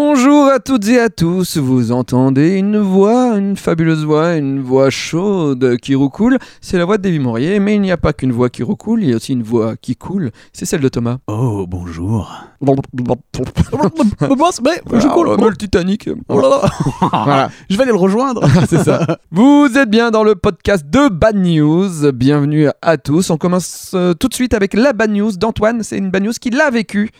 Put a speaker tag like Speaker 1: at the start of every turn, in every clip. Speaker 1: Bonjour à toutes et à tous, vous entendez une voix, une fabuleuse voix, une voix chaude qui roucoule, c'est la voix de Davy Maurier, mais il n'y a pas qu'une voix qui roucoule, il y a aussi une voix qui coule, c'est celle de Thomas.
Speaker 2: Oh, bonjour. Ah, oh,
Speaker 1: je coule, Ah, le Titanic. Voilà.
Speaker 2: Je vais aller le rejoindre.
Speaker 1: C'est ça. Vous êtes bien dans le podcast de Bad News. Bienvenue à tous. On commence euh, tout de suite avec la Bad News d'Antoine. C'est une Bad News qu'il a vécue.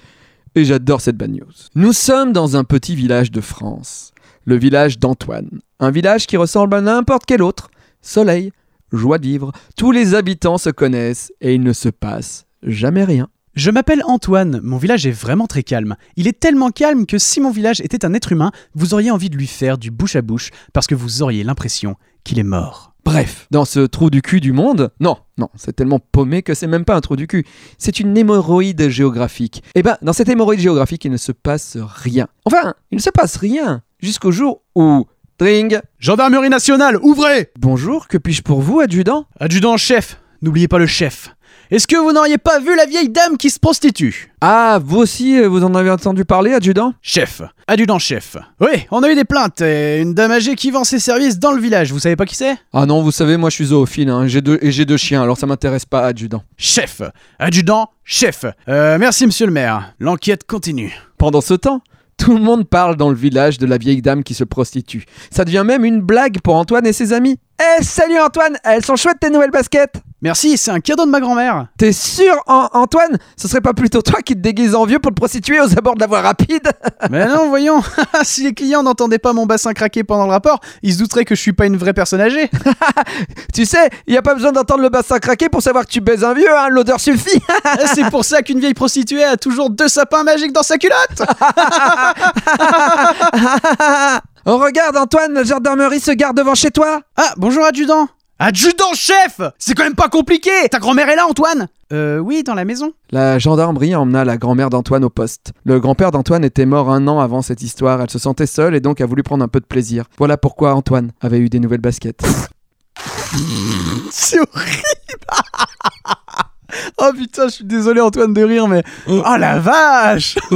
Speaker 1: Et j'adore cette Bad News. Nous sommes dans un petit village de France. Le village d'Antoine. Un village qui ressemble à n'importe quel autre. Soleil, joie de vivre. Tous les habitants se connaissent et il ne se passe jamais rien.
Speaker 2: Je m'appelle Antoine, mon village est vraiment très calme. Il est tellement calme que si mon village était un être humain, vous auriez envie de lui faire du bouche à bouche parce que vous auriez l'impression qu'il est mort.
Speaker 1: Bref, dans ce trou du cul du monde, non, non, c'est tellement paumé que c'est même pas un trou du cul, c'est une hémorroïde géographique. Et ben, dans cette hémorroïde géographique, il ne se passe rien. Enfin, il ne se passe rien jusqu'au jour où Tring
Speaker 2: Gendarmerie nationale, ouvrez
Speaker 1: Bonjour, que puis-je pour vous, adjudant
Speaker 2: Adjudant chef, n'oubliez pas le chef. Est-ce que vous n'auriez pas vu la vieille dame qui se prostitue
Speaker 1: Ah, vous aussi, euh, vous en avez entendu parler, adjudant
Speaker 2: Chef, adjudant chef. Oui, on a eu des plaintes, et une dame âgée qui vend ses services dans le village, vous savez pas qui c'est
Speaker 1: Ah non, vous savez, moi je suis zoophile, hein, j'ai deux, et j'ai deux chiens, alors ça m'intéresse pas, adjudant.
Speaker 2: Chef, adjudant chef. Euh, merci monsieur le maire, l'enquête continue.
Speaker 1: Pendant ce temps, tout le monde parle dans le village de la vieille dame qui se prostitue. Ça devient même une blague pour Antoine et ses amis. Eh, salut Antoine, elles sont chouettes tes nouvelles baskets
Speaker 2: Merci, c'est un cadeau de ma grand-mère.
Speaker 1: T'es sûr, An- Antoine Ce serait pas plutôt toi qui te déguises en vieux pour te prostituer aux abords de la voie rapide
Speaker 2: Mais non, voyons, si les clients n'entendaient pas mon bassin craquer pendant le rapport, ils se douteraient que je suis pas une vraie personne âgée.
Speaker 1: Tu sais, y a pas besoin d'entendre le bassin craquer pour savoir que tu baises un vieux, hein, l'odeur suffit
Speaker 2: C'est pour ça qu'une vieille prostituée a toujours deux sapins magiques dans sa culotte.
Speaker 1: Oh, regarde, Antoine, la gendarmerie se garde devant chez toi
Speaker 2: Ah, bonjour adjudant. Adjudant chef C'est quand même pas compliqué Ta grand-mère est là, Antoine Euh, oui, dans la maison.
Speaker 1: La gendarmerie emmena la grand-mère d'Antoine au poste. Le grand-père d'Antoine était mort un an avant cette histoire, elle se sentait seule et donc a voulu prendre un peu de plaisir. Voilà pourquoi Antoine avait eu des nouvelles baskets.
Speaker 2: C'est horrible Oh putain, je suis désolé Antoine de rire, mais... Oh la vache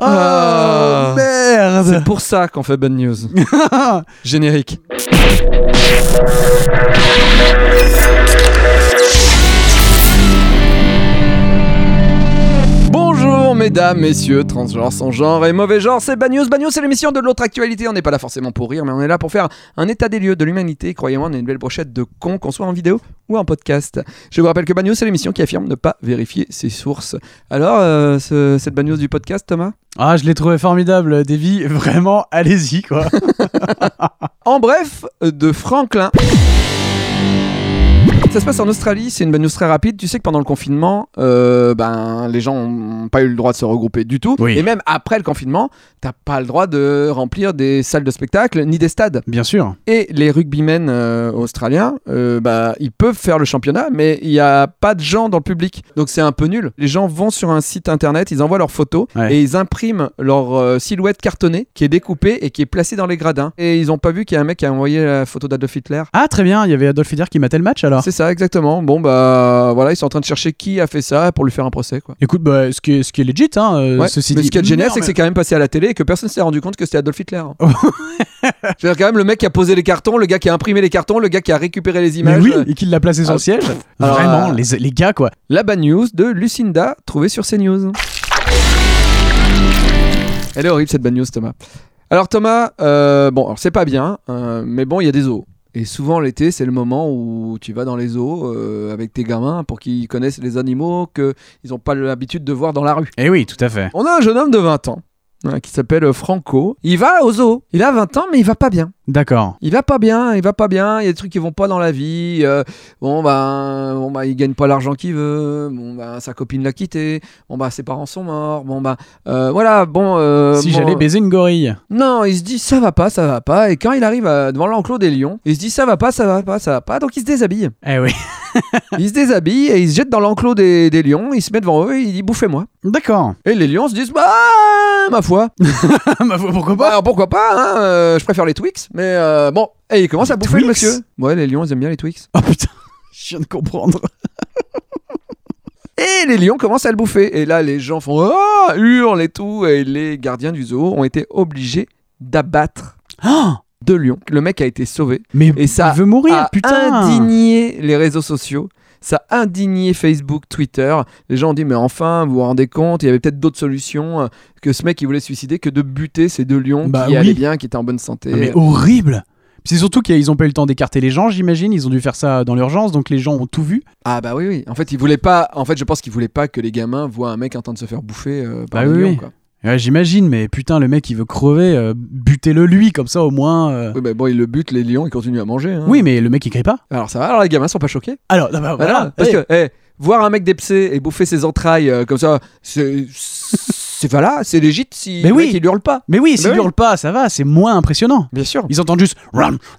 Speaker 2: Oh
Speaker 1: Ah.
Speaker 2: merde
Speaker 1: C'est pour ça qu'on fait bonne news. Générique. Bonjour mesdames, messieurs, transgenres, sans genre et mauvais genre, c'est Bad News. Bad News, c'est l'émission de l'autre actualité. On n'est pas là forcément pour rire, mais on est là pour faire un état des lieux de l'humanité. Croyez-moi, on est une belle brochette de cons, qu'on soit en vidéo ou en podcast. Je vous rappelle que Bad News, c'est l'émission qui affirme ne pas vérifier ses sources. Alors, euh, ce- cette Bad News du podcast, Thomas
Speaker 2: Ah, je l'ai trouvé formidable, Davy. Vraiment, allez-y, quoi.
Speaker 1: En bref, de Franklin. Ça se passe en Australie, c'est une bonne news très rapide. Tu sais que pendant le confinement, euh, ben, les gens n'ont pas eu le droit de se regrouper du tout.
Speaker 2: Oui.
Speaker 1: Et même après le confinement, t'as pas le droit de remplir des salles de spectacle ni des stades.
Speaker 2: Bien sûr.
Speaker 1: Et les rugbymen euh, australiens, euh, bah, ils peuvent faire le championnat, mais il n'y a pas de gens dans le public. Donc c'est un peu nul. Les gens vont sur un site internet, ils envoient leurs photos
Speaker 2: Ouais.
Speaker 1: et ils impriment leur euh, silhouette cartonnée qui est découpée et qui est placée dans les gradins. Et ils n'ont pas vu qu'il y a un mec qui a envoyé la photo d'Adolf Hitler.
Speaker 2: Ah, très bien, il y avait Adolf Hitler qui matait le match alors.
Speaker 1: C'est ça, exactement. Bon, bah voilà, ils sont en train de chercher qui a fait ça pour lui faire un procès, quoi.
Speaker 2: Écoute, bah, ce, qui est, ce qui est legit, hein, euh,
Speaker 1: Ouais,
Speaker 2: ceci
Speaker 1: mais
Speaker 2: dit.
Speaker 1: ce qui est génial,
Speaker 2: Merde,
Speaker 1: c'est que c'est
Speaker 2: mais-
Speaker 1: quand même passé à la télé et que personne s'est rendu compte que c'était Adolf Hitler. C'est-à-dire quand même le mec qui a posé les cartons, le gars qui a imprimé les cartons, le gars qui a récupéré les
Speaker 2: Mais
Speaker 1: images.
Speaker 2: oui, et qu'il l'a placé sur
Speaker 1: Ah,
Speaker 2: le siège.
Speaker 1: alors,
Speaker 2: Vraiment,
Speaker 1: euh,
Speaker 2: les, les gars, quoi.
Speaker 1: La bad news de Lucinda, trouvée sur CNews. Elle est horrible cette bad news, Thomas. Alors Thomas, euh, bon, alors c'est pas bien, euh, mais bon, il y a des zoos. Et souvent l'été, c'est le moment où tu vas dans les zoos euh, avec tes gamins pour qu'ils connaissent les animaux qu'ils n'ont pas l'habitude de voir dans la rue.
Speaker 2: Eh oui, tout à fait.
Speaker 1: On a un jeune homme de 20 ans hein, qui s'appelle euh, Franco. Il va au zoo. Il a 20 ans, mais il va pas bien.
Speaker 2: D'accord.
Speaker 1: Il va pas bien, il va pas bien, il y a des trucs qui vont pas dans la vie. euh, bon, ben, bon ben, il gagne pas l'argent qu'il veut. Bon, ben, sa copine l'a quitté. Bon, ben, ses parents sont morts. Bon, ben, euh, voilà, bon. euh,
Speaker 2: si
Speaker 1: bon,
Speaker 2: j'allais baiser une gorille.
Speaker 1: Non, il se dit ça va pas, ça va pas. Et quand il arrive à- devant l'enclos des lions, il se dit ça va pas, ça va pas, ça va pas. Donc il se déshabille.
Speaker 2: Eh oui.
Speaker 1: il se déshabille et il se jette dans l'enclos des, des lions. Il se met devant eux et il dit bouffez-moi.
Speaker 2: D'accord.
Speaker 1: Et les lions se disent bah, ma foi.
Speaker 2: Bah, Ma foi, pourquoi
Speaker 1: Bah, alors, pourquoi pas, hein, euh, je préfère les Twix. Mais euh, bon, et il commence
Speaker 2: Les
Speaker 1: à bouffer le
Speaker 2: Twix Bah.
Speaker 1: Oh, monsieur. Ouais, les lions, ils aiment bien les Twix.
Speaker 2: Oh putain, je viens de comprendre.
Speaker 1: Et les lions commencent à le bouffer. Et là, les gens font oh, hurlent et tout. Et les gardiens du zoo ont été obligés d'abattre
Speaker 2: Oh
Speaker 1: deux lions. Le mec a été sauvé.
Speaker 2: mais
Speaker 1: Et ça
Speaker 2: il veut mourir,
Speaker 1: a
Speaker 2: putain
Speaker 1: indigné les réseaux sociaux. Ça a indigné Facebook, Twitter. Les gens ont dit, mais enfin, vous vous rendez compte, il y avait peut-être d'autres solutions euh, que ce mec, il voulait se suicider que de buter ces deux lions
Speaker 2: Bah
Speaker 1: qui
Speaker 2: oui.
Speaker 1: allaient bien, qui étaient en bonne santé.
Speaker 2: Non, mais horrible Puis C'est surtout qu'ils ont pas eu le temps d'écarter les gens, j'imagine. Ils ont dû faire ça dans l'urgence, donc les gens ont tout vu.
Speaker 1: Ah bah oui, oui. En fait, il voulait pas. En fait, je pense qu'il voulait pas que les gamins voient un mec en train de se faire bouffer euh, par
Speaker 2: Bah
Speaker 1: les
Speaker 2: oui,
Speaker 1: lions,
Speaker 2: oui.
Speaker 1: quoi.
Speaker 2: Ouais, j'imagine, mais putain, le mec, il veut crever, euh, butez-le lui, comme ça au moins. euh.
Speaker 1: Oui, bah bon, il le bute, les lions, ils continuent à manger. hein.
Speaker 2: Oui, mais le mec, il crie pas.
Speaker 1: Alors ça va. Alors les gamins sont pas choqués.
Speaker 2: Alors, non, bah, voilà.
Speaker 1: Voilà, Ah, parce
Speaker 2: Eh,
Speaker 1: que eh, voir un mec dépcé et bouffer ses entrailles euh, comme ça, c'est c'est voilà, c'est légit si
Speaker 2: Mais
Speaker 1: le
Speaker 2: oui.
Speaker 1: mec, il hurle pas.
Speaker 2: Mais oui, s'il
Speaker 1: oui.
Speaker 2: hurle pas, ça va, c'est moins impressionnant.
Speaker 1: Bien sûr.
Speaker 2: Ils entendent juste.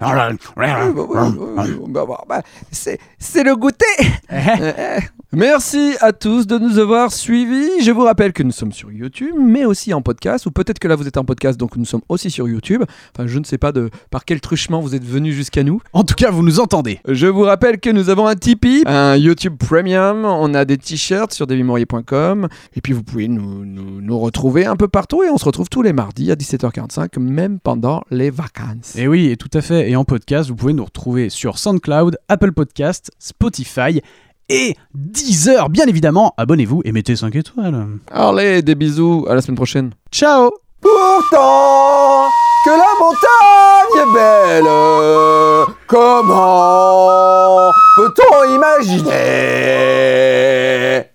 Speaker 1: Oui, bah, oui, oui, oui, bah, bah, bah, c'est c'est le goûter.
Speaker 2: Eh,
Speaker 1: Eh, eh. Merci à tous de nous avoir suivis. Je vous rappelle que nous sommes sur YouTube, mais aussi en podcast, ou peut-être que là vous êtes en podcast, donc nous sommes aussi sur YouTube. Enfin, je ne sais pas de par quel truchement vous êtes venus jusqu'à nous.
Speaker 2: En tout cas, vous nous entendez.
Speaker 1: Je vous rappelle que nous avons un Tipeee, un YouTube Premium, on a des t-shirts sur desmemoriers.com, et puis vous pouvez nous, nous, nous retrouver un peu partout, et on se retrouve tous les mardis à 17h45, même pendant les vacances.
Speaker 2: Et oui, et tout à fait. Et en podcast, vous pouvez nous retrouver sur SoundCloud, Apple Podcast, Spotify et Deezer, bien évidemment. Abonnez-vous et mettez 5 étoiles.
Speaker 1: Allez, des bisous, à la semaine prochaine.
Speaker 2: Ciao
Speaker 1: Pourtant que la montagne est belle, comment peut-on imaginer